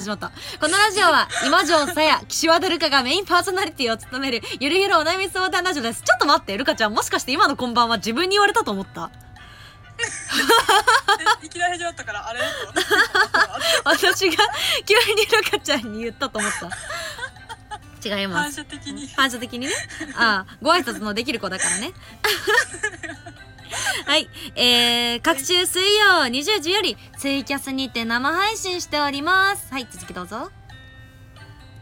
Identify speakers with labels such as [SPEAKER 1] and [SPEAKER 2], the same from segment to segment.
[SPEAKER 1] 始まった。このラジオは、今城さや、岸和田るかがメインパーソナリティを務める、ゆるゆるお悩み相談ラジオです。ちょっと待って、るかちゃん、もしかして今のこんばんは自分に言われたと思った
[SPEAKER 2] えいきなり始まったからあれ
[SPEAKER 1] 私が急にるかちゃんに言ったと思った。違いま
[SPEAKER 2] 反
[SPEAKER 1] す。
[SPEAKER 2] 射的に
[SPEAKER 1] 反射的にね。ああ、ご挨拶のできる子だからね。 はい。えー、各週水曜20時より、ツイキャスにて生配信しております。はい、続きどうぞ。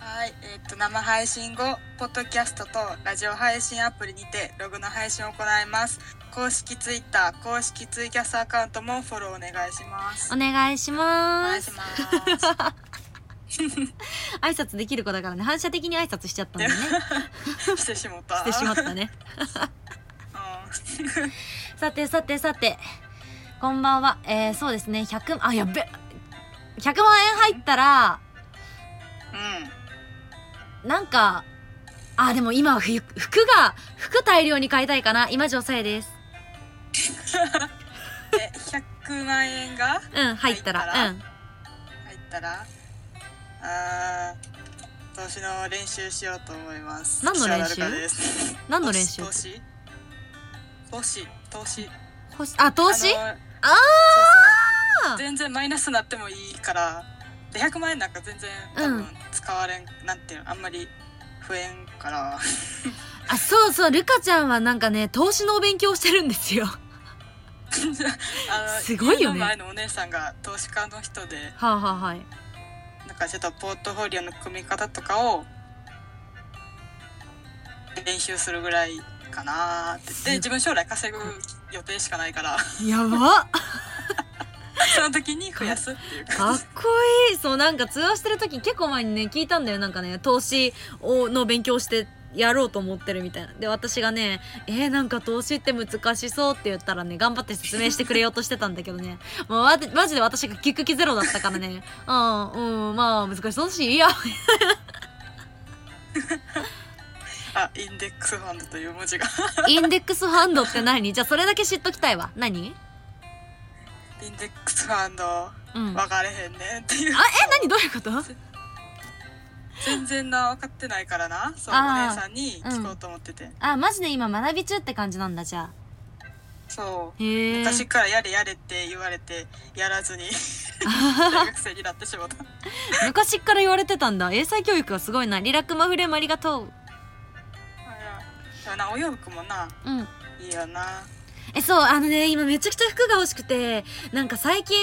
[SPEAKER 2] はいえーっと生配信後ポッドキャストとラジオ配信アプリにてログの配信を行います公式ツイッター公式ツイキャスアカウントもフォローお願いします
[SPEAKER 1] お願いし
[SPEAKER 2] お
[SPEAKER 1] ま
[SPEAKER 2] 願い
[SPEAKER 1] す
[SPEAKER 2] し。ます
[SPEAKER 1] 挨拶できる子だからね反射的に挨拶しちゃっ たんだね
[SPEAKER 2] してしもた
[SPEAKER 1] してしまったねさてさてさてこんばんはえー、そうですね100あやっべ100万円入ったら
[SPEAKER 2] うん、うん
[SPEAKER 1] なんかあでも今は服服が服大量に買いたいかな今城さえです
[SPEAKER 2] え100万円が
[SPEAKER 1] うん入ったら
[SPEAKER 2] 入ったら
[SPEAKER 1] うん
[SPEAKER 2] 入ったらあー投資の練習しようと思います
[SPEAKER 1] 何の練習
[SPEAKER 2] 岸和田瑠香です
[SPEAKER 1] 何の練習
[SPEAKER 2] 投資投資投資
[SPEAKER 1] 欲しあ投資
[SPEAKER 2] あの
[SPEAKER 1] あ
[SPEAKER 2] そうそう全然マイナスになってもいいからで100万円なんか全然多
[SPEAKER 1] うん
[SPEAKER 2] 分使われん、なんていうのあんまり増えんから
[SPEAKER 1] あそうそうルカちゃんはなんかね投資のお勉強をしてるんですよは
[SPEAKER 2] あの
[SPEAKER 1] すごいよね
[SPEAKER 2] 家の前のお姉さんが投資家の人で
[SPEAKER 1] あ、はあはい
[SPEAKER 2] なんかちょっとポートフォリオの組み方とかを練習するぐらいかなーってで自分将来稼ぐ予定しかないから
[SPEAKER 1] やばっ
[SPEAKER 2] その時に増やすっていう
[SPEAKER 1] か
[SPEAKER 2] 感
[SPEAKER 1] っ
[SPEAKER 2] じ
[SPEAKER 1] こいいそうなんか通話してる時結構前にね聞いたんだよなんかね投資をの勉強してやろうと思ってるみたいなで私がね「えー、なんか投資って難しそう」って言ったらね頑張って説明してくれようとしてたんだけどね もうわマジで私が聞く気ゼロだったからね「ああうんまあ難しそうだしいいや」
[SPEAKER 2] あインデックスファンドという文字が
[SPEAKER 1] インデックスファンドって何じゃあそれだけ知っときたいわ何
[SPEAKER 2] インデックスファンド
[SPEAKER 1] うん
[SPEAKER 2] 分かれへんねんっていう
[SPEAKER 1] あえ何どういうこと
[SPEAKER 2] 全然な分かってないからなそうお
[SPEAKER 1] あー
[SPEAKER 2] 姉さんに聞こうと思ってて、
[SPEAKER 1] あマジで今学び中って感じなんだじゃあ
[SPEAKER 2] そう
[SPEAKER 1] へえ
[SPEAKER 2] 昔からやれやれって言われてやらずに大学生になってしまった
[SPEAKER 1] 昔っから言われてたんだ英才教育がすごいなリラクマフレームありがとう
[SPEAKER 2] でもなお洋服もな
[SPEAKER 1] うん
[SPEAKER 2] いいよな
[SPEAKER 1] えそうあのね今めちゃくちゃ服が欲しくてなんか最近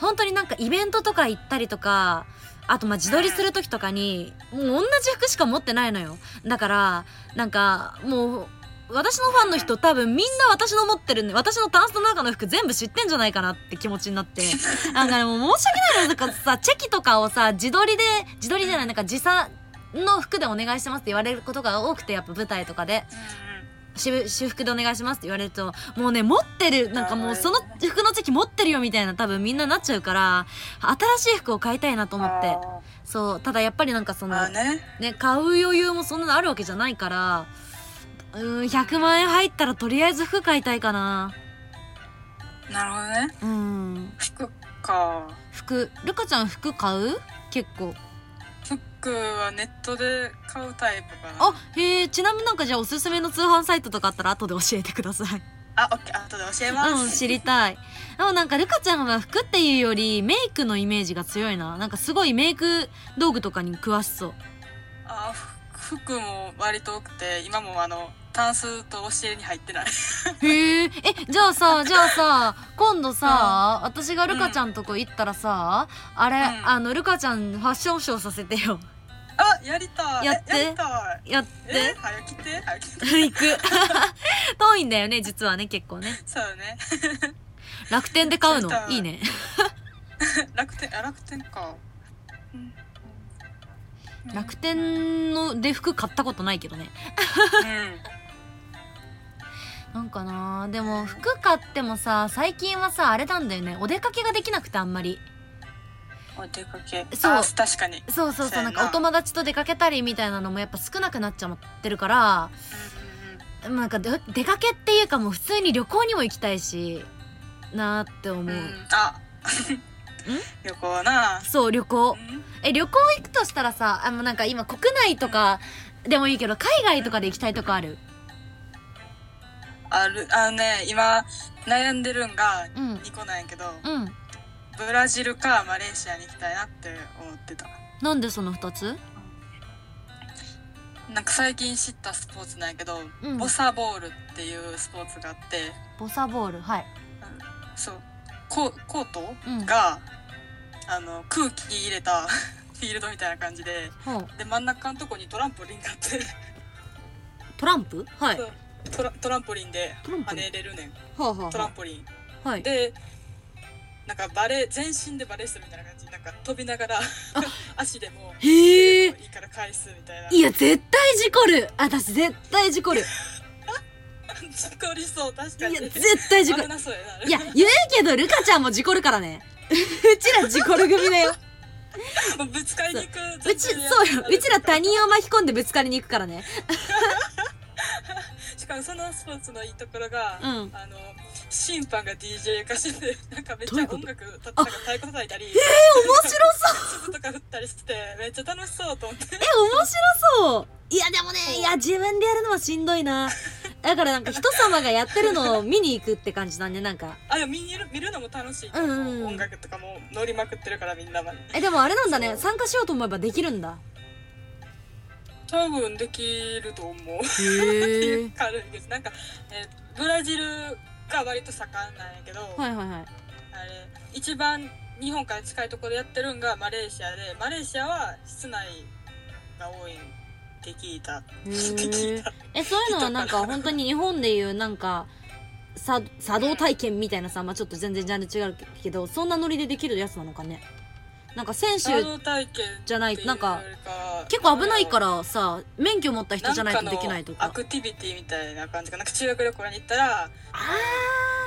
[SPEAKER 1] 本当になんかイベントとか行ったりとかあとまあ自撮りする時とかにもう同じ服しか持ってないのよだからなんかもう私のファンの人多分みんな私の持ってるんで私のタンスの中の服全部知ってんじゃないかなって気持ちになってなんかねもう申し訳ないのなんかさチェキとかをさ自撮りで自撮りじゃないなんか持参の服でお願いしてますって言われることが多くてやっぱ舞台とかで
[SPEAKER 2] う
[SPEAKER 1] 私私服でお願いしますって言われるともうね持ってるなんかもうその服の時期持ってるよみたいな多分みんななっちゃうから新しい服を買いたいなと
[SPEAKER 2] んうん
[SPEAKER 1] 思って
[SPEAKER 2] あ
[SPEAKER 1] そうただやっぱりなんかそ
[SPEAKER 2] ー
[SPEAKER 1] の
[SPEAKER 2] まあね
[SPEAKER 1] ね買う余裕もそんなのあるわけじゃないからうーん100万円入ったらとりあえず服買いたいかな
[SPEAKER 2] なるほどね
[SPEAKER 1] うん
[SPEAKER 2] 服か
[SPEAKER 1] 服ルカちゃん服買う結構
[SPEAKER 2] 服はネットで買うタイプかな
[SPEAKER 1] あへえちなみになんかじゃあおすすめの通販サイトとかあったら後で教えてください
[SPEAKER 2] あオッケー後で教えます、
[SPEAKER 1] うん知りたいでもなんかルカちゃんは服っていうよりメイクのイメージが強いななんかすごいメイク道具とかに詳し そう
[SPEAKER 2] あふ服も割と多くて今もあのタンスと教えに入ってない
[SPEAKER 1] へええじゃあさじゃあさ今度さ私がルカちゃんとこ行ったらさ、あれ、
[SPEAKER 2] うん
[SPEAKER 1] あのルカちゃんファッションショーさせてよ
[SPEAKER 2] あやりたい
[SPEAKER 1] やって
[SPEAKER 2] えやりたい
[SPEAKER 1] やっ
[SPEAKER 2] え
[SPEAKER 1] て
[SPEAKER 2] 早来て早来て
[SPEAKER 1] 行く 遠いんだよね実はね結構ね
[SPEAKER 2] そうだね
[SPEAKER 1] 楽天で買うの
[SPEAKER 2] そうだ
[SPEAKER 1] いいね
[SPEAKER 2] 楽天あ楽天か、うんうん
[SPEAKER 1] 楽天ので服買ったことないけどね
[SPEAKER 2] う
[SPEAKER 1] なんかなでも服買ってもさ最近はさあれなんだよねお出かけができなくてあんまり
[SPEAKER 2] んお出かけ
[SPEAKER 1] そう
[SPEAKER 2] あ確かに、うん
[SPEAKER 1] そうそう
[SPEAKER 2] そ
[SPEAKER 1] そう
[SPEAKER 2] う
[SPEAKER 1] な
[SPEAKER 2] やなん
[SPEAKER 1] かお友達と出かけたりみたいなのもやっぱ少なくなっちゃってるから
[SPEAKER 2] うんうん
[SPEAKER 1] なんかで出かけっていうかもう普通に旅行にも行きたいしなーって思う、
[SPEAKER 2] うん、あ旅行な
[SPEAKER 1] そう旅行
[SPEAKER 2] うん
[SPEAKER 1] え旅行行くとしたらさあのなんか今国内とかでもいいけど海外とかで行きたいとこある
[SPEAKER 2] あるあのね今悩んでるんが
[SPEAKER 1] うん
[SPEAKER 2] 2個なんやけど
[SPEAKER 1] うん
[SPEAKER 2] ブラジルかマレーシアに行きたいなって思ってた
[SPEAKER 1] なんでその2つ
[SPEAKER 2] なんか最近知ったスポーツなんやけど、
[SPEAKER 1] うん
[SPEAKER 2] ボサボールっていうスポーツがあって
[SPEAKER 1] ボサボールはい
[SPEAKER 2] そうココート
[SPEAKER 1] うん
[SPEAKER 2] が、あの空気入れた フィールドみたいな感じで
[SPEAKER 1] ほう
[SPEAKER 2] で真ん中のとこにトランポリンがあって
[SPEAKER 1] トランプはい
[SPEAKER 2] そうトラトランポリンで
[SPEAKER 1] トランプ
[SPEAKER 2] 跳ねれるねん
[SPEAKER 1] はあ、は
[SPEAKER 2] トランポリン
[SPEAKER 1] あ、はい
[SPEAKER 2] でなんかバレー全身でバレーするみたいな感じなんか飛びながら 足でも
[SPEAKER 1] へえ
[SPEAKER 2] いいから返すみたいない
[SPEAKER 1] や絶対事故る私絶対事故る
[SPEAKER 2] 事故りそう確
[SPEAKER 1] い
[SPEAKER 2] か
[SPEAKER 1] や
[SPEAKER 2] に
[SPEAKER 1] 絶対事故
[SPEAKER 2] 危
[SPEAKER 1] る
[SPEAKER 2] なそうやない
[SPEAKER 1] いや言うけどルカちゃんも事故るからねうちら事故る組だよ
[SPEAKER 2] もうぶつかりに行く
[SPEAKER 1] うちそうようちら他人を巻き込んでぶつかりに行くからね
[SPEAKER 2] しかもそのスポーツのいいところが、
[SPEAKER 1] うん
[SPEAKER 2] あの審判が DJ 化して てなんかめっ
[SPEAKER 1] どうい
[SPEAKER 2] ちゃ
[SPEAKER 1] うこと
[SPEAKER 2] 音楽たなんか太鼓叩いたりええ
[SPEAKER 1] 面白そう
[SPEAKER 2] 鈴とか振ったりしてめっちゃ楽しそうと思って
[SPEAKER 1] え面白そういやでもねいや自分でやるのはしんどいなだからなんか人様がやってるのを見に行くって感じだねなんか
[SPEAKER 2] あでも見る見るのも楽しい、
[SPEAKER 1] うんうんうん
[SPEAKER 2] 音楽とかも乗りまくってるからみんなまで
[SPEAKER 1] えでもあれなんだ
[SPEAKER 2] そ
[SPEAKER 1] ね
[SPEAKER 2] う
[SPEAKER 1] 参加しようと思えばできるんだ
[SPEAKER 2] 多分できると思うって
[SPEAKER 1] へ
[SPEAKER 2] いう 軽いですなんか、えーブラジルが割と盛んなんやけど、
[SPEAKER 1] はいはいはい
[SPEAKER 2] あれ一番日本から近いところでやってるんがマレーシアでマレーシアは室内が多いって聞いた
[SPEAKER 1] へ
[SPEAKER 2] って 聞い
[SPEAKER 1] ー
[SPEAKER 2] た
[SPEAKER 1] えそういうのはなんか本当に日本でいうなんかさ茶道体験みたいなさ、まあ、ちょっと全然ジャンル違うけどそんなノリでできるやつなのかねなんか選
[SPEAKER 2] 茶
[SPEAKER 1] 手
[SPEAKER 2] 道体験
[SPEAKER 1] じゃない
[SPEAKER 2] ってう
[SPEAKER 1] なんか
[SPEAKER 2] よりか
[SPEAKER 1] 結構危ないからさ免許持った人じゃないとできないと
[SPEAKER 2] なんかの
[SPEAKER 1] か
[SPEAKER 2] アクティビティみたいな感じかなんか修学旅行に行ったら
[SPEAKER 1] あ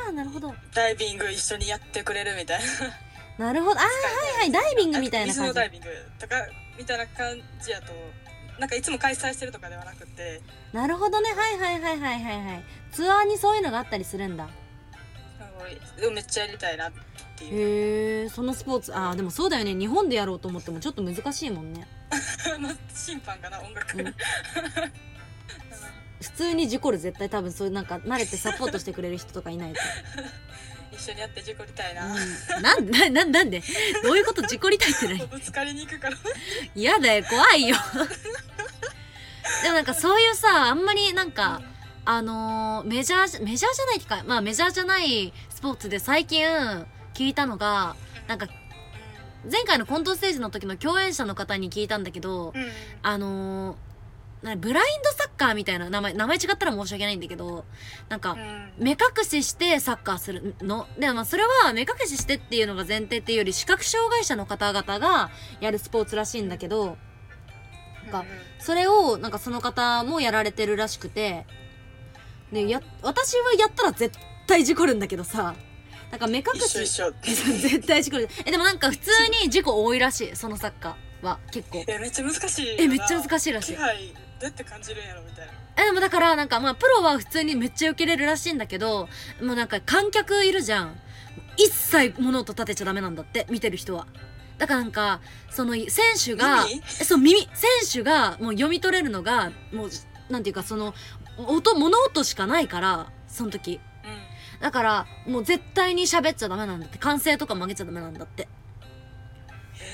[SPEAKER 1] ーなるほど
[SPEAKER 2] ダイビング一緒にやってくれるみたいな
[SPEAKER 1] なるほどあーはいはいダイビングみたいな
[SPEAKER 2] 水
[SPEAKER 1] 感
[SPEAKER 2] の
[SPEAKER 1] じ
[SPEAKER 2] ダイビングとかみたいな感じやとなんかいつも開催してるとかではなくて
[SPEAKER 1] なるほどねはいはいはいはいはいはいツアーにそういうのがあったりするんだ
[SPEAKER 2] でもめっちゃやりたいなっていう
[SPEAKER 1] へえそのスポーツあーでもそうだよね日本でやろうと思ってもちょっと難しいもんね
[SPEAKER 2] あの審判かな音楽、
[SPEAKER 1] うん普通に事故る絶対多分そういうなんか慣れてサポートしてくれる人とかいないと
[SPEAKER 2] 一緒にやって事故りたいな、
[SPEAKER 1] うんなんで、な、なんでどういうこと事故りたいってない
[SPEAKER 2] ぶつかりに行くから
[SPEAKER 1] 嫌だよ、怖いよ。 でもなんかそういうさ、あんまりなんか、あのーメジャーじゃ、メジャーじゃないってか、まあメジャーじゃないスポーツで最近聞いたのが、なんか前回のコントステージの時の共演者の方に聞いたんだけど
[SPEAKER 2] う、ん、うん
[SPEAKER 1] あのーなブラインドサッカーみたいな名前、名前違ったら申し訳ないんだけど、なんか、目隠ししてサッカーするの。で、まあ、それは目隠ししてっていうのが前提っていうより視覚障害者の方々がやるスポーツらしいんだけど、なんかそれをなんかその方もやられてるらしくて、で、や、私はやったら絶対事故るんだけどさ、なんか目隠
[SPEAKER 2] 一
[SPEAKER 1] し、
[SPEAKER 2] 緒一緒
[SPEAKER 1] 絶対事故る。え、でもなんか普通に事故多いらしい、そのサッカーは結構。
[SPEAKER 2] えめっちゃ難しいよな
[SPEAKER 1] え、めっちゃ難しいらしい
[SPEAKER 2] 気。配どうやって感じるんやろみたいな
[SPEAKER 1] えでもだからなんかまあプロは普通にめっちゃ受けれるらしいんだけどもうなんか観客いるじゃん一切物音立てちゃダメなんだって見てる人はだからなんかその選手が
[SPEAKER 2] 耳
[SPEAKER 1] えそう耳選手がもう読み取れるのがもうなんていうかその音物音しかないからその時だからもう絶対に喋っちゃダメなんだって歓声とか曲げちゃダメなんだって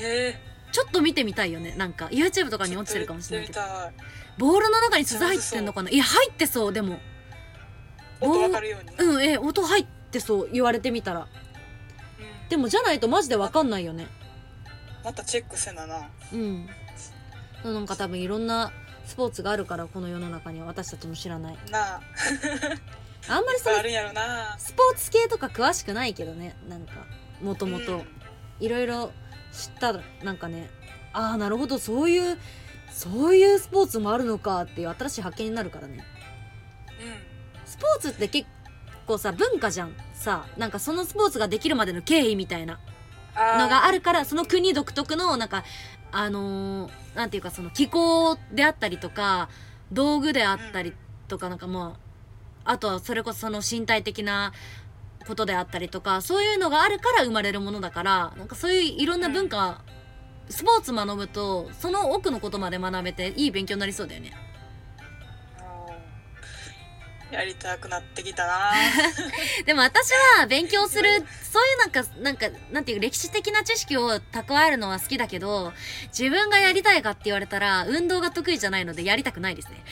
[SPEAKER 2] え
[SPEAKER 1] ちょっと見てみたいよねなんか YouTube と
[SPEAKER 2] ー
[SPEAKER 1] かに落ちてるかもしれないけど
[SPEAKER 2] ちょっとやって
[SPEAKER 1] ボールの中に鈴入ってんのかないや入ってそうでも
[SPEAKER 2] みたい音わかるようにな、
[SPEAKER 1] うんえ音入ってそう言われてみたら
[SPEAKER 2] うん
[SPEAKER 1] でもじゃないとマジでわかんないよね
[SPEAKER 2] またチェックせなな
[SPEAKER 1] うんなんか多分いろんなスポーツがあるからこの世の中には私たちも知らない
[SPEAKER 2] なあ
[SPEAKER 1] あんまりそ
[SPEAKER 2] あ
[SPEAKER 1] の
[SPEAKER 2] るんやろな
[SPEAKER 1] スポーツ系とか詳しくないけどねなんかもとも
[SPEAKER 2] う
[SPEAKER 1] と
[SPEAKER 2] ん
[SPEAKER 1] いろいろ知ったらなんかねああなるほどそういうそういうスポーツもあるのかっていう新しい発見になるからね
[SPEAKER 2] う
[SPEAKER 1] スポーツって結構さ文化じゃんさなんかそのスポーツができるまでの経緯みたいなん
[SPEAKER 2] あー
[SPEAKER 1] のがあるからその国独特のなんかあのーなんていうかその気候であったりとか道具であったりとかなんかもうあとはそれこそその身体的なことであったりとかそういうのがあるから生まれるものだからなんかそういういろんな文化、スポーツ学ぶとその奥のことまで学べていい勉強になりそうだよね
[SPEAKER 2] やりたくなってき たな
[SPEAKER 1] でも私は勉強するそういうなんかなんかなんていう歴史的な知識を蓄えるのは好きだけど自分がやりたいかって言われたら運動が得意じゃないのでやりたくないですね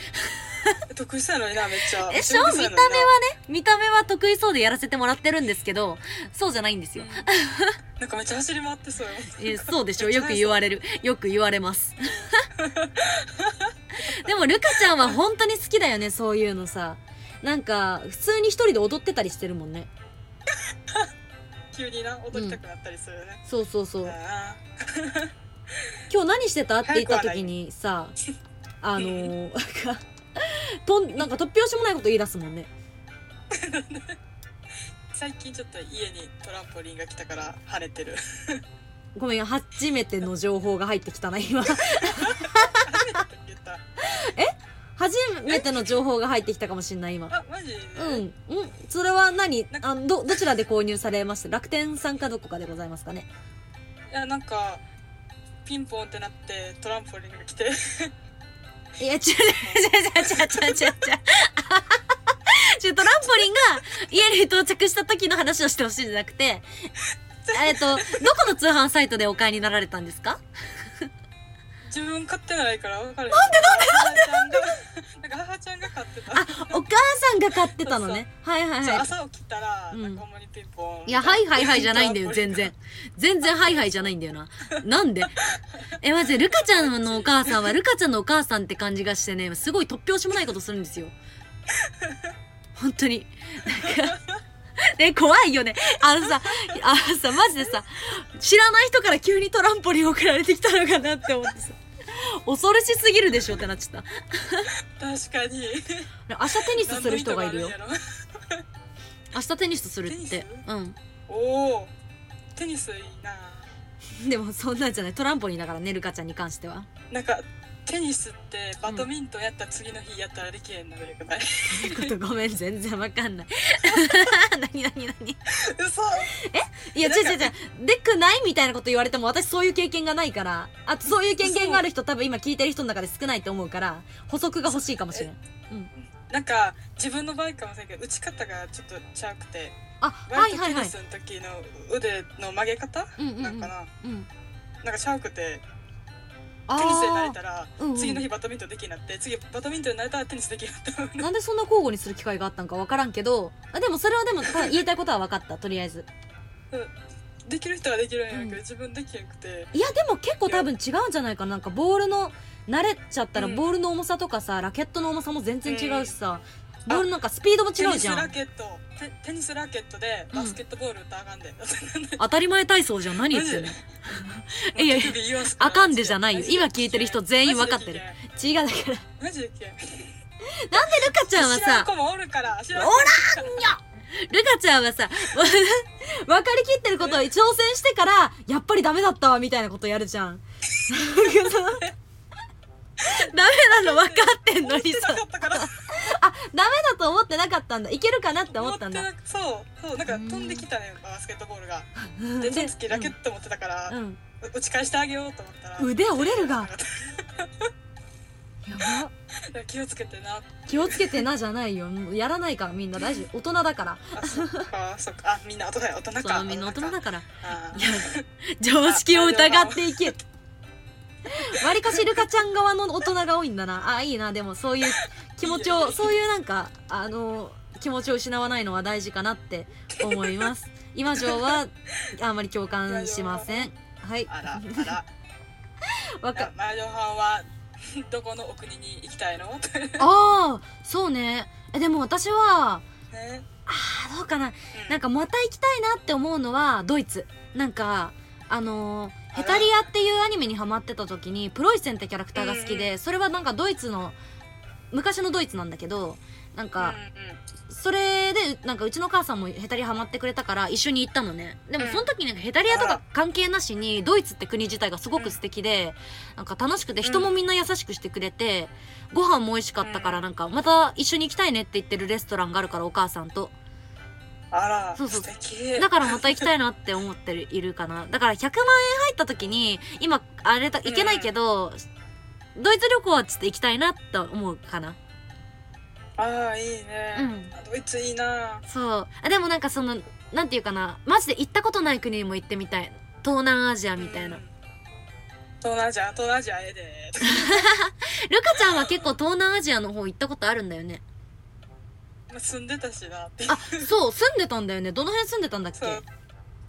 [SPEAKER 2] 得意したのになめっちゃ
[SPEAKER 1] えしょ
[SPEAKER 2] 得意
[SPEAKER 1] 見
[SPEAKER 2] そう
[SPEAKER 1] た目は
[SPEAKER 2] やのに
[SPEAKER 1] ね
[SPEAKER 2] な
[SPEAKER 1] 見た目は得意そうでやらせてもらってるんですけどそうじゃないんですよ
[SPEAKER 2] うんなんかめっちゃ走り回ってそうよ
[SPEAKER 1] えそうでし ょよく言われるよく言われますでもルカちゃんは本当に好きだよねそういうのさなんか普通に一人で踊ってたりしてるもんね
[SPEAKER 2] 急にな踊りたくなったりするよね、
[SPEAKER 1] そうそうそううん
[SPEAKER 2] あ
[SPEAKER 1] 今日何してたって言った時にさあのー、 なんかとんなんか突拍子もないこと言い出すもんね
[SPEAKER 2] ー最近ちょっと家にトランポリンが来たから跳ね てる
[SPEAKER 1] ごめん初めての情報が入ってきたな今
[SPEAKER 2] 初めて言った
[SPEAKER 1] 初めての情報が入ってきたかもしんない今
[SPEAKER 2] あマジで、
[SPEAKER 1] うん、うん、それは何あど、どちらで購入されました楽天さんかどこかでございますかね
[SPEAKER 2] いやなんかピンポンってなってトランポリンが 来て
[SPEAKER 1] いや、ちゅ、ちゅ、ちゅ、ちゅ、ちゅ、ちゅ、ちゅ。 ちょ、トランポリンが家に到着した時の話をしてほしいんじゃなくて、えっと、どこの通販サイトでお買いになられたんですか
[SPEAKER 2] 自分買ってないから分かるなんでなんでなんでなんでなんか母ちゃんが買ってた
[SPEAKER 1] あ、 お母さんが買ってたのね。はいはい
[SPEAKER 2] そう
[SPEAKER 1] は
[SPEAKER 2] 朝起きたら、
[SPEAKER 1] うん
[SPEAKER 2] なんかほんまにピンポン
[SPEAKER 1] い。いや、はいはいはいじゃないんだ よ、全然。全然はいはいじゃないんだよな。なんで え、マジで、ルカちゃんのお母さんは、ルカちゃんのお母さんって感じがしてね、すごい突拍子もないことするんですよ。本当に。なんか、ね、怖いよね。あのさ、あのさ、マジでさ、知らない人から急にトランポリン送られてきたのかなって思ってさ、恐ろしすぎるでしょってなっちゃっ
[SPEAKER 2] 確かに
[SPEAKER 1] た。朝テニスする人がいるよ
[SPEAKER 2] 何。の意図があんや
[SPEAKER 1] 明日テニスするっ
[SPEAKER 2] テニ
[SPEAKER 1] て
[SPEAKER 2] ス。
[SPEAKER 1] うん。
[SPEAKER 2] ろおおテニスいいな
[SPEAKER 1] でもそんなんじゃない。トランポリンだからね、ルカちゃんに関しては。
[SPEAKER 2] なんかテニスってバドミントンやったら次の日やったらできへんなるくない
[SPEAKER 1] ことごめん全然わかんない 何何何
[SPEAKER 2] 嘘
[SPEAKER 1] いや違
[SPEAKER 2] なん
[SPEAKER 1] う
[SPEAKER 2] か
[SPEAKER 1] 違う違うでくないみたいなこと言われても私そういう経験がないからあとそういう経験がある人多分今聞いてる人の中で少ないと思うから補足が欲しいかもしれん
[SPEAKER 2] なんか自分の場合かもしれんけど打ち方がちょっとちゃうくて
[SPEAKER 1] あは
[SPEAKER 2] 割
[SPEAKER 1] い
[SPEAKER 2] と
[SPEAKER 1] は
[SPEAKER 2] テ
[SPEAKER 1] いは
[SPEAKER 2] ニ
[SPEAKER 1] い
[SPEAKER 2] スの時の腕の曲げ方、
[SPEAKER 1] うんうんう
[SPEAKER 2] なんんかな
[SPEAKER 1] うん
[SPEAKER 2] なんかちゃうくて
[SPEAKER 1] あ
[SPEAKER 2] テニスになれ
[SPEAKER 1] ー
[SPEAKER 2] たら
[SPEAKER 1] うんうん
[SPEAKER 2] 次の日バドミントンできるようになって次バドミントンになれたらテニスできるようになっ た
[SPEAKER 1] なんでそんな交互にする機会があったんかわからんけどあでもそれはでもただ言いたいことは分かったとりあえず
[SPEAKER 2] できる人はできるんやけど、
[SPEAKER 1] うん
[SPEAKER 2] 自分できなくて
[SPEAKER 1] いやでも結構多分違うんじゃないかななんかボールの慣れちゃったら
[SPEAKER 2] うん
[SPEAKER 1] ボールの重さとかさラケットの重さも全然違うしさ、
[SPEAKER 2] ん
[SPEAKER 1] ボールなんかスピードも
[SPEAKER 2] テ
[SPEAKER 1] 違う
[SPEAKER 2] ニ
[SPEAKER 1] じ
[SPEAKER 2] ス
[SPEAKER 1] ゃん
[SPEAKER 2] ラケットテテニスラケットでバスケットボール打ったらあか んで、
[SPEAKER 1] 当たり前体操じゃん何言ってんのいやいや
[SPEAKER 2] 手首言わす
[SPEAKER 1] あかんでじゃないよ今聞いてる人全員わかってる違うだからル
[SPEAKER 2] マジで聞けんマジで聞
[SPEAKER 1] カち
[SPEAKER 2] けん
[SPEAKER 1] ゃんは
[SPEAKER 2] 知らん
[SPEAKER 1] さ
[SPEAKER 2] 子もおるから知
[SPEAKER 1] お
[SPEAKER 2] ら
[SPEAKER 1] ら
[SPEAKER 2] ん
[SPEAKER 1] んよ
[SPEAKER 2] 子
[SPEAKER 1] ルカちゃんはさ 分かりきってることを挑戦してからやっぱりダメだったわみたいなことやるじゃ んなんかさダメなの分かってんのにさ
[SPEAKER 2] なかったから
[SPEAKER 1] あダメだと思ってなかったんだいけるかなって思ったんだ
[SPEAKER 2] 持ってなくそうそうなんか
[SPEAKER 1] うん
[SPEAKER 2] 飛んできたねバスケットボールが
[SPEAKER 1] うん
[SPEAKER 2] でその時ラケット持ってたから、
[SPEAKER 1] うんうん
[SPEAKER 2] 打ち返してあげようと思ったら
[SPEAKER 1] 腕折れるが
[SPEAKER 2] なんか
[SPEAKER 1] やば
[SPEAKER 2] 気をつけてな
[SPEAKER 1] 気をつけてなじゃないよもうやらないからみんな大丈夫大人だから
[SPEAKER 2] あそっか そっかあみんな大人や大人
[SPEAKER 1] そ
[SPEAKER 2] か
[SPEAKER 1] うみんな大人だから
[SPEAKER 2] あ
[SPEAKER 1] いや常識を疑っていけわりかしルカちゃん側の大人が多いんだなあいいなでもそういう気持ち
[SPEAKER 2] いいよ
[SPEAKER 1] を
[SPEAKER 2] ね
[SPEAKER 1] そういうなんかあの気持ちを失わないのは大事かなって思います今城はあんまり共感しませんはい
[SPEAKER 2] あらあら
[SPEAKER 1] わか
[SPEAKER 2] マヨハンは どこのお国に行き たいの
[SPEAKER 1] ああそうねえでも私は
[SPEAKER 2] ね
[SPEAKER 1] ああどうかな
[SPEAKER 2] うん
[SPEAKER 1] なんかまた行きたいなって思うのはドイツなんかあのー
[SPEAKER 2] あら
[SPEAKER 1] ヘタリアっていうアニメにハマってた時にプロイセンってキャラクターが好き
[SPEAKER 2] うん
[SPEAKER 1] で、それはなんかドイツの昔のドイツなんだけどなんか
[SPEAKER 2] う
[SPEAKER 1] それでなんかうちの母さんもヘタリアハマってくれたから一緒に行ったのねでもその時になんかヘタリアと
[SPEAKER 2] あ
[SPEAKER 1] から関係なしにドイツって国自体がすごく素敵でなんか楽しくて人もみんな優しくしてくれてご飯も美味しかったから
[SPEAKER 2] うん
[SPEAKER 1] なんかまた一緒に行きたいねって言ってるレストランがあるからお母さんと
[SPEAKER 2] あら
[SPEAKER 1] そうそう
[SPEAKER 2] 素敵
[SPEAKER 1] だからまた行きたいなって思ってるいるかなだから100万円入った時に今あれだ行けないけど、ドイツ旅行はちょっと行きたいなと思うかな
[SPEAKER 2] ああいいね、
[SPEAKER 1] うん
[SPEAKER 2] あドイツいいな
[SPEAKER 1] そうあでもなんかそのなんていうかなマジで行ったことない国にも行ってみたい東南アジアみたいな、
[SPEAKER 2] うん東南アジア東南アジアええで
[SPEAKER 1] ルカちゃんは結構東南アジアの方行ったことあるんだよね
[SPEAKER 2] まあ住んでたしなって
[SPEAKER 1] あそう住んでたんだよねどの辺住んでたんだっけ
[SPEAKER 2] そう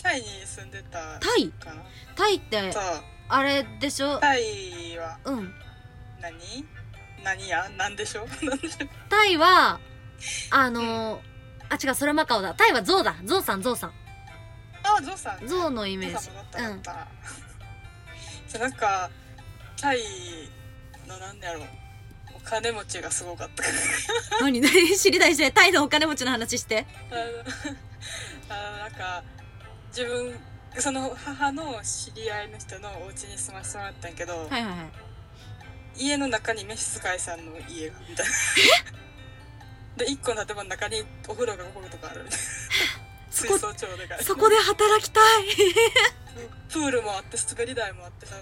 [SPEAKER 2] タイに住んでた
[SPEAKER 1] タイ
[SPEAKER 2] かな
[SPEAKER 1] タイって
[SPEAKER 2] そう
[SPEAKER 1] あれでしょ
[SPEAKER 2] タイは
[SPEAKER 1] うん
[SPEAKER 2] 何何やなんでしょう なんでしょう
[SPEAKER 1] タイはあのあ違うそれマカオだタイはゾウだゾウさんゾウさん
[SPEAKER 2] あゾウさん
[SPEAKER 1] ゾウのイ
[SPEAKER 2] イ
[SPEAKER 1] メージ
[SPEAKER 2] もだっただった、じゃなんかタイのなんだろうお金持ちがすごかった
[SPEAKER 1] 何 何知りたいしてタイのお金持ちの話して
[SPEAKER 2] あのあのなんか自分その母の知り合いの人のお家に住ませてもらったんやけど、
[SPEAKER 1] はいはいはい
[SPEAKER 2] 家の中に召使いさんの家が みたいなで一個の建物の中にお風呂が5個とかあるみたいな
[SPEAKER 1] そ
[SPEAKER 2] 水
[SPEAKER 1] こ
[SPEAKER 2] 槽調でかい
[SPEAKER 1] そこで働きたい
[SPEAKER 2] プールもあって滑り台もあってさや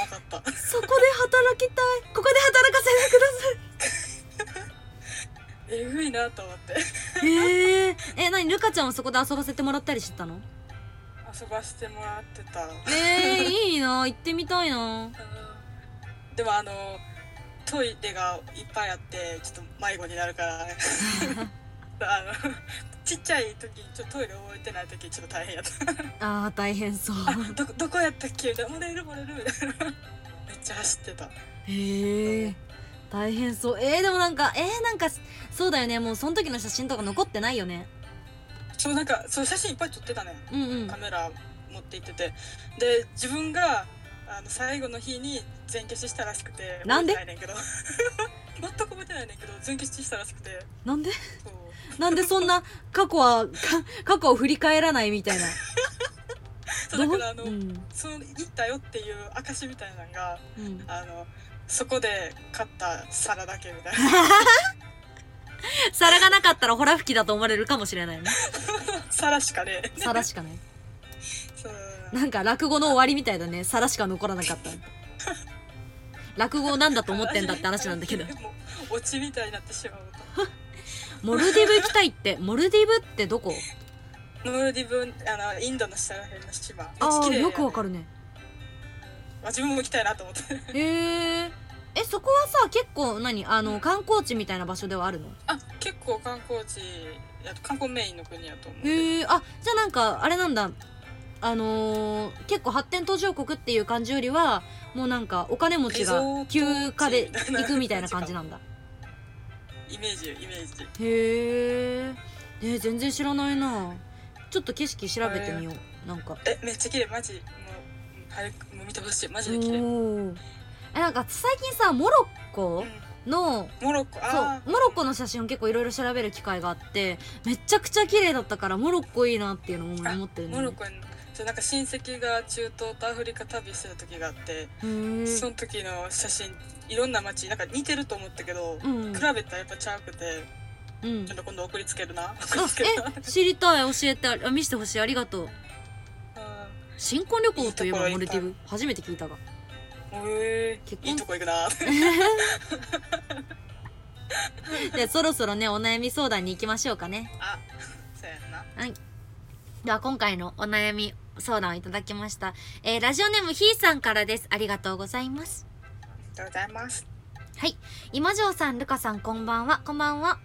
[SPEAKER 2] ばかった
[SPEAKER 1] そこで働きたいここで働かせてください
[SPEAKER 2] えぐいなと思って
[SPEAKER 1] えー、え、なにルカちゃんはそこで遊ばせてもらったりしてたの
[SPEAKER 2] 遊ばしてもらってた
[SPEAKER 1] えー、いいな行ってみたいな
[SPEAKER 2] うんでもあのトイレがいっぱいあってちょっと迷子になるからあの ちっちゃい時ちょっとトイレ覚えてない時ちょっと大変やった
[SPEAKER 1] あー大変そう
[SPEAKER 2] あ どこどこやったっけみたいな漏れる漏れる みたいなめっちゃ走ってた
[SPEAKER 1] へえ大変そうえー、でもなんかえー、なんかそうだよねもうその時の写真とか残ってないよね
[SPEAKER 2] そうなんかそう写真いっぱい撮ってたね
[SPEAKER 1] うんうん
[SPEAKER 2] カメラ持って行っててで自分があの最後の日に全消ししたらしくて
[SPEAKER 1] なんで
[SPEAKER 2] 覚えてないねんけど 全く覚えてないねんけど全消ししたらしくて
[SPEAKER 1] なんで
[SPEAKER 2] そう
[SPEAKER 1] なんでそんな過去は か過去を振り返らないみたいな
[SPEAKER 2] そうだからあの、
[SPEAKER 1] うん
[SPEAKER 2] その行ったよっていう証みたいなのが
[SPEAKER 1] うん、
[SPEAKER 2] あのそこで買った皿だけみたい
[SPEAKER 1] 皿がなかったらホラ吹きだと思われるかもしれないね
[SPEAKER 2] な皿しかね
[SPEAKER 1] 皿しかない
[SPEAKER 2] そう
[SPEAKER 1] なんか落語の終わりみたいだね皿しか残らなかった落語をなんだと思ってんだって話なんだけど
[SPEAKER 2] もうオチみたいになってしまう
[SPEAKER 1] モルディブ行きたいってモルディブってどこ
[SPEAKER 2] とノルディブあのインドの下ら辺の島めっちゃ
[SPEAKER 1] ああ
[SPEAKER 2] 綺麗
[SPEAKER 1] よくわかるね
[SPEAKER 2] あ自分も行きたいなと思って
[SPEAKER 1] へええそこはさ結構何あの観光地みたいな場所ではあるの
[SPEAKER 2] あ結構観光地や観光メインの国やと思う
[SPEAKER 1] へえあじゃあなんかあれなんだあのー結構発展途上国っていう感じよりはもうなんかお金持ちが休暇で行くみたいな感じなんだ
[SPEAKER 2] イメージイメージ
[SPEAKER 1] へえね全然知らないなちょっと景色調べてみようなんか
[SPEAKER 2] えめっちゃ綺麗マジもううん早くもう見てほしいマ
[SPEAKER 1] お
[SPEAKER 2] ジで綺麗、うん、
[SPEAKER 1] ーえなんか最近さモロッコの
[SPEAKER 2] モロッコあ
[SPEAKER 1] そうモロッコの写真を結構いろいろ調べる機会があってめちゃくちゃ綺麗だったからモロッコいいなっていうのも思ってる
[SPEAKER 2] ー
[SPEAKER 1] ね
[SPEAKER 2] モロッコにそうなんか親戚が中東とアフリカ旅してた時があって、
[SPEAKER 1] へー
[SPEAKER 2] その時の写真いろんな街なんか似てると思ったけど、
[SPEAKER 1] うん
[SPEAKER 2] 比べたらやっぱちゃうくて
[SPEAKER 1] うん
[SPEAKER 2] ちょっと今度送りつけるな送り
[SPEAKER 1] あ
[SPEAKER 2] つけるな
[SPEAKER 1] え知りたい教えてあ見せてほしいありがとう新婚旅行といえばモルディブ初めて聞いたが
[SPEAKER 2] うんえ
[SPEAKER 1] 結
[SPEAKER 2] い
[SPEAKER 1] 婚
[SPEAKER 2] いとこ行 くな
[SPEAKER 1] でそろそろねお悩み相談に行きましょうかね
[SPEAKER 2] あそうやんな
[SPEAKER 1] では今回のお悩み相談をいただきました、えーラジオネームひーさんからですありがとうございます
[SPEAKER 2] ありがとうございます
[SPEAKER 1] 今城さん、ルカさん、こんばんは。こんばんは。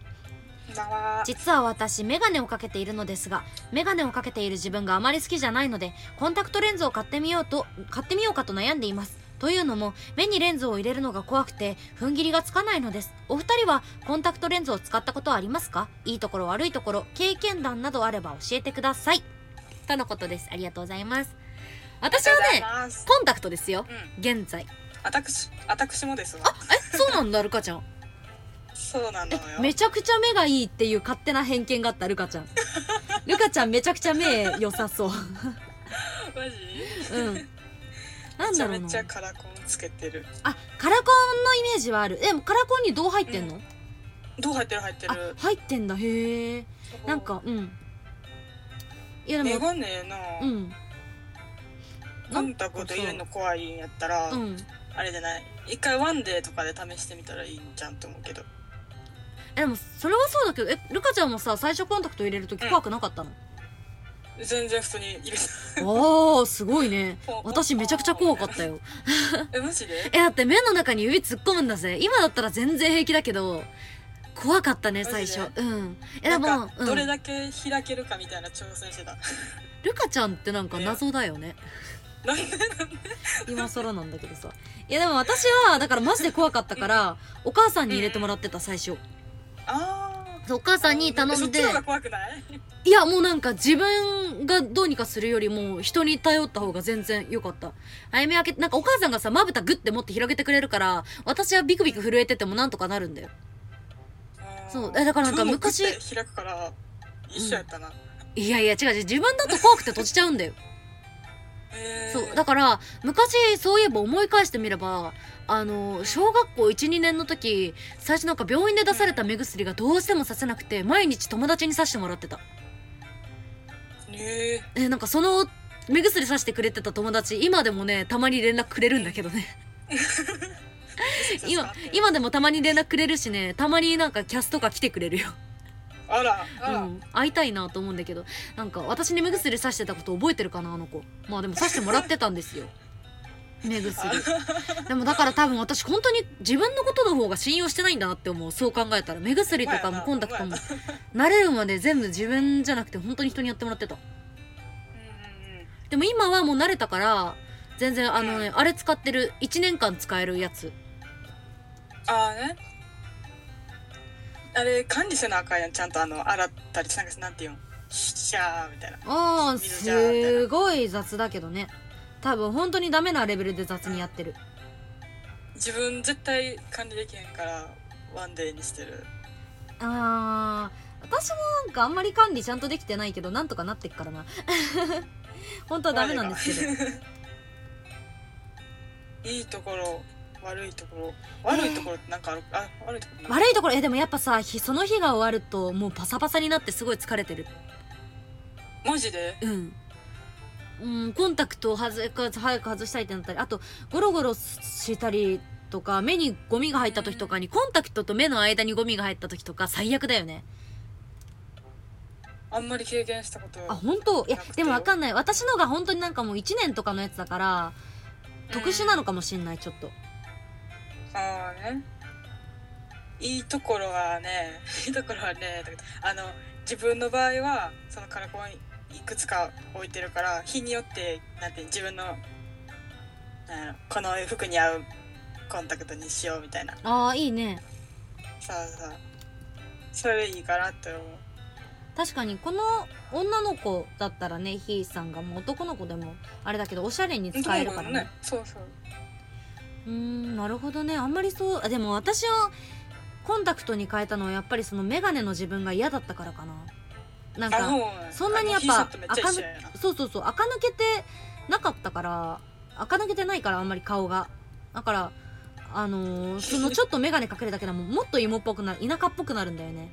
[SPEAKER 2] こんばんは
[SPEAKER 1] 実は私、メガネをかけているのですが、メガネをかけている自分があまり好きじゃないので、コンタクトレンズを買ってみようと、買ってみようかと悩んでいます。というのも、目にレンズを入れるのが怖くて、踏ん切りがつかないのです。お二人は、コンタクトレンズを使ったことはありますかいいところ、悪いところ、経験談などあれば教えてください。とのことです。ありがとうございます。私は
[SPEAKER 2] あり
[SPEAKER 1] ね
[SPEAKER 2] がとうご、ざいます
[SPEAKER 1] コンタクトですよ。
[SPEAKER 2] うん
[SPEAKER 1] 現在。
[SPEAKER 2] 私私もですわ
[SPEAKER 1] え、そうなんだ、ルカちゃん。
[SPEAKER 2] そうなのよ
[SPEAKER 1] めちゃくちゃ目がいいっていう勝手な偏見があったルカ ちゃんルカちゃんめちゃくちゃ目良さそう
[SPEAKER 2] マジ
[SPEAKER 1] うんなんだろう
[SPEAKER 2] め
[SPEAKER 1] な
[SPEAKER 2] ちゃめちゃカラコンつけてる
[SPEAKER 1] あカラコンのイメージはあるでもカラコンにどう入ってんの、
[SPEAKER 2] どう入ってる入って
[SPEAKER 1] あ
[SPEAKER 2] る
[SPEAKER 1] 入ってんだへえなんかうんいやで
[SPEAKER 2] 眼
[SPEAKER 1] も
[SPEAKER 2] 鏡な、
[SPEAKER 1] うん
[SPEAKER 2] コンタクト入れるの怖いんやったら、
[SPEAKER 1] うん
[SPEAKER 2] あれじゃない一回ワンデーとかで試してみたらいいんじゃんと思うけど
[SPEAKER 1] えでもそれはそうだけどえルカちゃんもさ最初コンタクト入れる時怖くなかったの、
[SPEAKER 2] 全然普通に入れた
[SPEAKER 1] あーすごいね私めちゃくちゃ怖かったよ
[SPEAKER 2] えマジで
[SPEAKER 1] えだって目の中に指突っ込むんだぜ今だったら全然平気だけど怖かったね最初
[SPEAKER 2] マ
[SPEAKER 1] うんえで
[SPEAKER 2] なん
[SPEAKER 1] も
[SPEAKER 2] か、
[SPEAKER 1] うん、
[SPEAKER 2] どれだけ開けるかみたいな挑戦してた
[SPEAKER 1] ルカちゃんってなんか謎だよね
[SPEAKER 2] なんでなんで
[SPEAKER 1] 今更なんだけどさいやでも私はだからマジで怖かったからお母さんに入れてもらってた最初
[SPEAKER 2] あ
[SPEAKER 1] そうお母
[SPEAKER 2] あ
[SPEAKER 1] さんに頼んで
[SPEAKER 2] そっちの方が怖くない
[SPEAKER 1] いやもうなんか自分がどうにかするよりも人に頼った方が全然良かったあやめ開けなんかお母さんがさまぶたグッて持って広げてくれるから私はビクビク震えててもなんとかなるんだよそうえだからなんか昔
[SPEAKER 2] 今日もグッて開くから一緒やったな、
[SPEAKER 1] いやいや違う違う自分だと怖くて閉じちゃうんだよ
[SPEAKER 2] えー
[SPEAKER 1] そうだから昔そういえば思い返してみればあの小学校12年の時最初なんか病院で出された目薬がどうしてもさせなくて毎日友達にさしてもらってた
[SPEAKER 2] え
[SPEAKER 1] えなんかその目薬さしてくれてた友達今でもねたまに連絡くれるんだけどね
[SPEAKER 2] ー
[SPEAKER 1] 今今でもたまに連絡くれるしねたまになんかキャスとか来てくれるよ、
[SPEAKER 2] あら
[SPEAKER 1] う
[SPEAKER 2] あら、
[SPEAKER 1] ん、会いたいなと思うんだけどなんか私に目薬さしてたこと覚えてるかなあの子まあでもさしてもらってたんです よ目薬でもだから多分私本当に自分のことの方が信用してないんだなって思うそう考えたら目薬とかもコンタクトも慣れるまで全部自分じゃなくて本当に人にやってもらってた
[SPEAKER 2] うんうんうん
[SPEAKER 1] でも今はもう慣れたから全然あのね、あれ使ってる1年間使えるやつ
[SPEAKER 2] ああねあれ管理せなあかんやんちゃんとあの洗ったりなんかなんていうんシャーみたいな
[SPEAKER 1] あー
[SPEAKER 2] 水じゃーみたいな
[SPEAKER 1] すごい雑だけどね多分本当にダメなレベルで雑にやってる
[SPEAKER 2] 自分絶対管理できへんからワンデーにしてる
[SPEAKER 1] あー私もなんかあんまり管理ちゃんとできてないけどなんとかなってっからな 本当はダメなんですけど
[SPEAKER 2] どいいところ悪いところ悪いところってなんかある、あ悪いところ
[SPEAKER 1] 悪いところえでもやっぱさ日その日が終わるともうパサパサになってすごい疲れてる
[SPEAKER 2] マジで
[SPEAKER 1] うん、うん、コンタクトを外か早く外したいってなったりあとゴロゴロしたりとか目にゴミが入った時とかにコンタクトと目の間にゴミが入った時とか最悪だよね
[SPEAKER 2] あんまり経験したこと
[SPEAKER 1] あ本当いや
[SPEAKER 2] なくてよ
[SPEAKER 1] でもわかんない私のが本当になんかもう1年とかのやつだから特殊な
[SPEAKER 2] の
[SPEAKER 1] のかもしんないちょっと
[SPEAKER 2] ああねいいところはね いいところはねだけどあの自分の場合はそのカラコンいくつか置いてるから日によってなんていう自分のなんやろこの服に合うコンタクトにしようみたいな
[SPEAKER 1] ああいいね
[SPEAKER 2] さあさあそれいいかなって思う
[SPEAKER 1] 確かにこの女の子だったらねひーさんがもう男の子でもあれだけどおしゃれに使えるから
[SPEAKER 2] どう思う
[SPEAKER 1] ね
[SPEAKER 2] のそうそう
[SPEAKER 1] うーんなるほどねあんまりそうあでも私はコンタクトに変えたのはやっぱりそのメガネの自分が嫌だったからかななん
[SPEAKER 2] あ
[SPEAKER 1] か
[SPEAKER 2] もう
[SPEAKER 1] そんなにやっ
[SPEAKER 2] あの
[SPEAKER 1] ぱ
[SPEAKER 2] ヒーさんとめっちゃ一緒やな
[SPEAKER 1] そうそうそう垢抜けてなかったから垢抜けてないからあんまり顔がだからあ のーそのちょっとメガネかけるだけでももっと芋っぽくなる田舎っぽくなるんだよね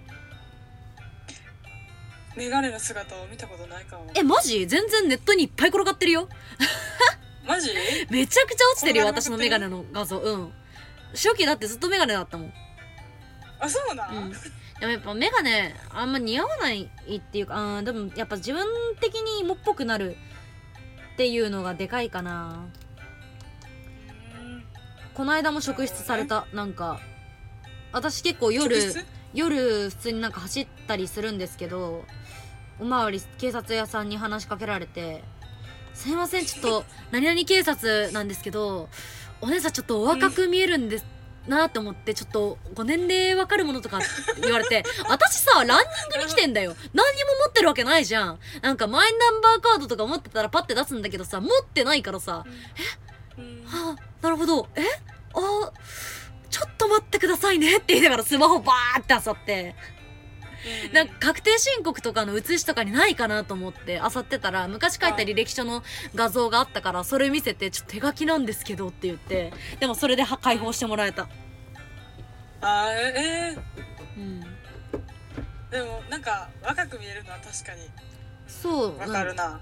[SPEAKER 2] メガネの姿を見たことないかも
[SPEAKER 1] えマジ全然ネットにいっぱい転がってるよ
[SPEAKER 2] マジ
[SPEAKER 1] めちゃくちゃ落ちてるよ
[SPEAKER 2] 転がっ
[SPEAKER 1] 私
[SPEAKER 2] てる
[SPEAKER 1] のメガネの画像うん初期だってずっとメガネだったもん
[SPEAKER 2] あそうなん、
[SPEAKER 1] うん、でもやっぱ眼鏡あんま似合わないっていうかうんでもやっぱ自分的に芋っぽくなるっていうのがでかいかな
[SPEAKER 2] うん
[SPEAKER 1] この間も職質されたなんか私結構夜
[SPEAKER 2] 直筆
[SPEAKER 1] 夜普通になんか走ったりするんですけどおまわり警察屋さんに話しかけられて「すいませんちょっと何々警察なんですけどお姉さんちょっとお若く見えるんです」なと思ってちょっとご年齢わかるものとかって言われて私さランニングに来てんだよ何にも持ってるわけないじゃんなんかマイナンバーカードとか持ってたらパッて出すんだけどさ持ってないからさ
[SPEAKER 2] うん
[SPEAKER 1] はあ、なるほど。えあ、ちょっと待ってくださいねって言いながらスマホバーって漁って、
[SPEAKER 2] うん
[SPEAKER 1] なんか確定申告とかの写しとかにないかなと思って漁ってたら、昔書いた履歴書の画像があったから、それ見せて、ちょっと手書きなんですけどって言って、でもそれでは解放してもらえた。
[SPEAKER 2] あーええ
[SPEAKER 1] うん。
[SPEAKER 2] ーでもなんか若く見えるのは確かに
[SPEAKER 1] そう
[SPEAKER 2] わかるな。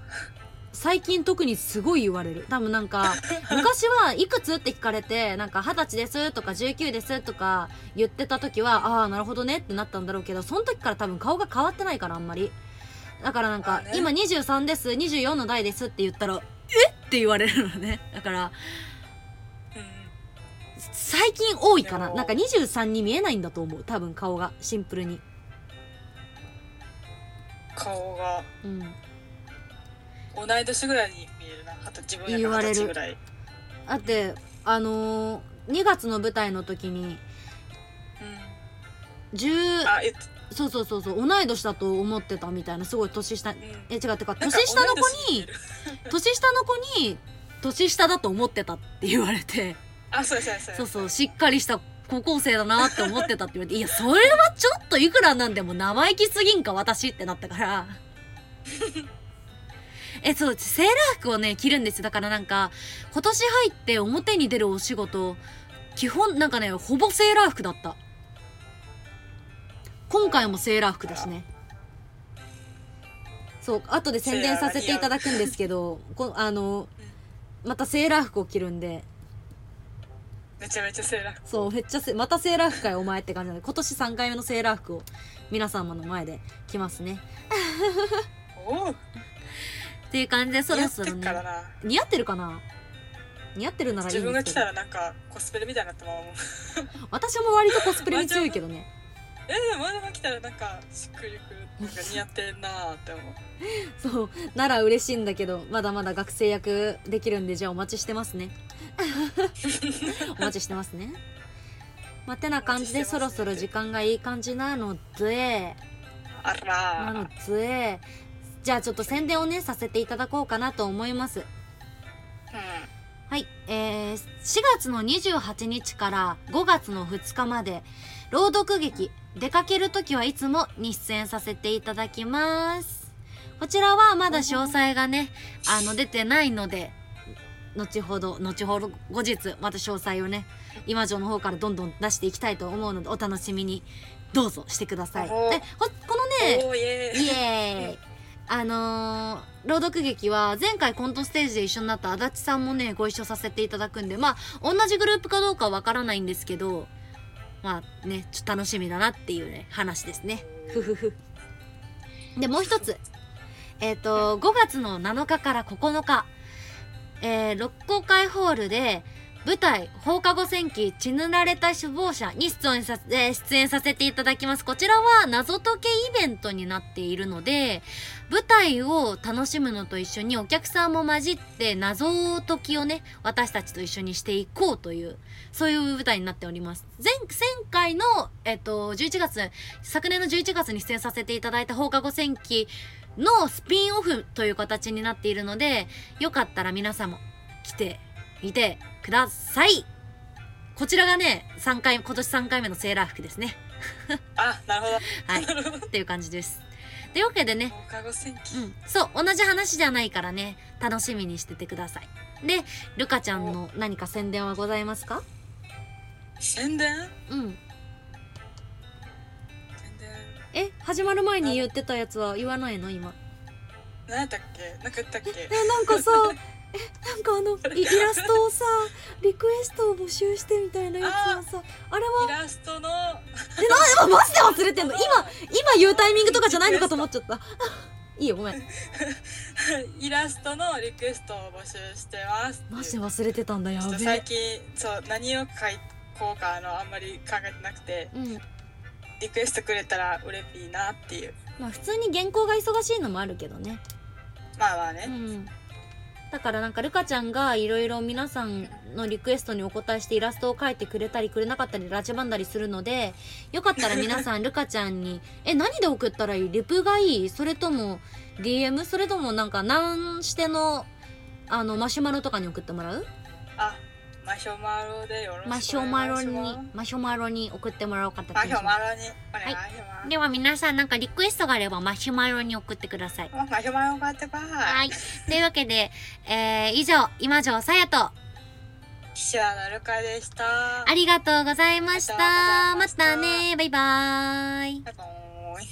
[SPEAKER 1] 最近特にすごい言われる多分なん か昔はいくつって聞かれてなんか二十歳ですとか19ですとか言ってた時はああーなるほどねってなったんだろうけどその時から多分顔が変わってないからあんまりだからなんか、
[SPEAKER 2] まあね
[SPEAKER 1] 今23です24の代ですって言ったらえって言われるのねだから
[SPEAKER 2] うん
[SPEAKER 1] 最近多いか
[SPEAKER 2] で
[SPEAKER 1] な
[SPEAKER 2] も
[SPEAKER 1] なんか23に見えないんだと思う多分顔がシンプルに
[SPEAKER 2] 顔が
[SPEAKER 1] うん
[SPEAKER 2] 同い年ぐらいに見えるな。あと自分
[SPEAKER 1] 言
[SPEAKER 2] よ
[SPEAKER 1] わ
[SPEAKER 2] り
[SPEAKER 1] れ
[SPEAKER 2] 二
[SPEAKER 1] る
[SPEAKER 2] 十歳ぐらい。
[SPEAKER 1] だってあのー、2月の舞台の時に
[SPEAKER 2] うん。
[SPEAKER 1] 10
[SPEAKER 2] あ、えっと、
[SPEAKER 1] そうそうそうそう同い年だと思ってたみたいなすごい年下
[SPEAKER 2] うん。
[SPEAKER 1] え違うてか
[SPEAKER 2] な
[SPEAKER 1] 年
[SPEAKER 2] んか
[SPEAKER 1] 下の子
[SPEAKER 2] 同い年見え
[SPEAKER 1] に
[SPEAKER 2] る
[SPEAKER 1] 年下の子に年下だと思ってたって言われて
[SPEAKER 2] あ、そうそうそう。
[SPEAKER 1] そうそうしっかりした高校生だなって思ってたって言われていやそれはちょっといくらなんでも生意気すぎんか私ってなったから えそうセーラー服をね着るんですよだからなんか今年入って表に出るお仕事基本なんかねほぼセーラー服だった今回もセーラー服だしねそう後で宣伝させていただくんですけどこあのまたセーラー服を着るんで
[SPEAKER 2] めちゃめちゃセーラー服。
[SPEAKER 1] そう、めっちゃせ、またセーラー服かよ、お前って感じなので、今年3回目のセーラー服を皆様の前で着ますね。
[SPEAKER 2] おお。
[SPEAKER 1] っていう感じで、そ
[SPEAKER 2] 似
[SPEAKER 1] ろ
[SPEAKER 2] 合って
[SPEAKER 1] そ
[SPEAKER 2] っ
[SPEAKER 1] ろ
[SPEAKER 2] から
[SPEAKER 1] ね。
[SPEAKER 2] な。
[SPEAKER 1] 似合ってるかな似合ってるならいい
[SPEAKER 2] 自
[SPEAKER 1] ん
[SPEAKER 2] 分
[SPEAKER 1] です
[SPEAKER 2] が来
[SPEAKER 1] け
[SPEAKER 2] た
[SPEAKER 1] ど。
[SPEAKER 2] らなんかコスプレみたいになったままもう
[SPEAKER 1] 私も割とコスプレに強いけどね。
[SPEAKER 2] えでもまだ来たらなんかしっくりくるなんか似合ってんなーって思う
[SPEAKER 1] そう、なら嬉しいんだけど、まだまだ学生役できるんで、じゃあお待ちしてます ね。お待ちしてますね。まあ、てな感じで、
[SPEAKER 2] お待ちしてます
[SPEAKER 1] そろそろ時間がいい感じなので、
[SPEAKER 2] あ
[SPEAKER 1] なの
[SPEAKER 2] ら
[SPEAKER 1] で、じゃあちょっと宣伝をね、させていただこうかなと思います。
[SPEAKER 2] ー
[SPEAKER 1] はい、えー、4月の28日から5月の2日まで朗読劇「出かけるときはいつも」に出演させていただきますこちらはまだ詳細がねあの出てないので後ほど後ほど後日また詳細をね今城の方からどんどん出していきたいと思うのでお楽しみにどうぞしてくださいで
[SPEAKER 2] おー
[SPEAKER 1] ほこのね
[SPEAKER 2] うんおーイエーイ
[SPEAKER 1] イエーイあのー、朗読劇は前回コントステージで一緒になった足立さんもねご一緒させていただくんでまあ同じグループかどうかはわからないんですけどまあねちょっと楽しみだなっていうね話ですねふふふでもう一つえっ、と5月の7日から9日えー、六甲会ホールで舞台「放課後戦記血塗られた首謀者」に出演させ,、えー出演させていただきますこちらは謎解けイベントになっているので舞台を楽しむのと一緒にお客さんも混じって謎解きをね私たちと一緒にしていこうというそういう舞台になっております前前回の、えっと11月昨年の11月に出演させていただいた放課後戦記のスピンオフという形になっているのでよかったら皆さんも来てみてくださいこちらがね3回今年3回目のセーラー服ですね
[SPEAKER 2] あなるほど
[SPEAKER 1] はいっていう感じですというわけでね
[SPEAKER 2] 放課後戦記
[SPEAKER 1] うんそう同じ話じゃないからね楽しみにしててくださいでルカちゃんの何か宣伝はございますか
[SPEAKER 2] 宣伝
[SPEAKER 1] うん
[SPEAKER 2] 宣伝
[SPEAKER 1] え始まる前に言ってたやつは言わないの今
[SPEAKER 2] 何やったっけなんか言ったっけ
[SPEAKER 1] えなんかさえなんかあのイイラストをさリクエストを募集してみたいなやつはさあれ
[SPEAKER 2] イ
[SPEAKER 1] は
[SPEAKER 2] ラストの
[SPEAKER 1] えな今マジで忘れてんの今今言うタイミングとかじゃないのかと思っちゃった いいよごめん
[SPEAKER 2] イラストのリクエストを募集してます
[SPEAKER 1] マジで忘れてたんだや
[SPEAKER 2] ちょっと
[SPEAKER 1] べ
[SPEAKER 2] 最
[SPEAKER 1] え
[SPEAKER 2] 近そう何を書いこうかあのあんまり考えてなくて
[SPEAKER 1] うん
[SPEAKER 2] リクエストくれたら嬉しいなっていう
[SPEAKER 1] まあ普通に原稿が忙しいのもあるけどね
[SPEAKER 2] まあまあ
[SPEAKER 1] う
[SPEAKER 2] ね、
[SPEAKER 1] んだからなんかルカちゃんがいろいろ皆さんのリクエストにお答えしてイラストを描いてくれたりくれなかったりラジバンだりするのでよかったら皆さんルカちゃんに 「え何で送ったらいいリプがいいそれとも DM それともなんか何してのあのマシュマロとかに送ってもらう
[SPEAKER 2] あマシュマロでよろしくお願
[SPEAKER 1] マ
[SPEAKER 2] い
[SPEAKER 1] シ
[SPEAKER 2] し
[SPEAKER 1] ュマ
[SPEAKER 2] ま
[SPEAKER 1] ロ
[SPEAKER 2] す
[SPEAKER 1] にマシュマロに送ってもらおうかと
[SPEAKER 2] マ
[SPEAKER 1] 思い
[SPEAKER 2] シ
[SPEAKER 1] ます
[SPEAKER 2] ュマロにお願いします、
[SPEAKER 1] では皆さんなんかリクエストがあればマシュマロに送ってください
[SPEAKER 2] あマシュマロ買ってば
[SPEAKER 1] はいいというわけで、えー、以上今城さやと
[SPEAKER 2] 岸田なるかでした
[SPEAKER 1] ありがとうございました。
[SPEAKER 2] ありがとうござい
[SPEAKER 1] ま
[SPEAKER 2] ました
[SPEAKER 1] たね。バイバーイ。
[SPEAKER 2] バイバーイ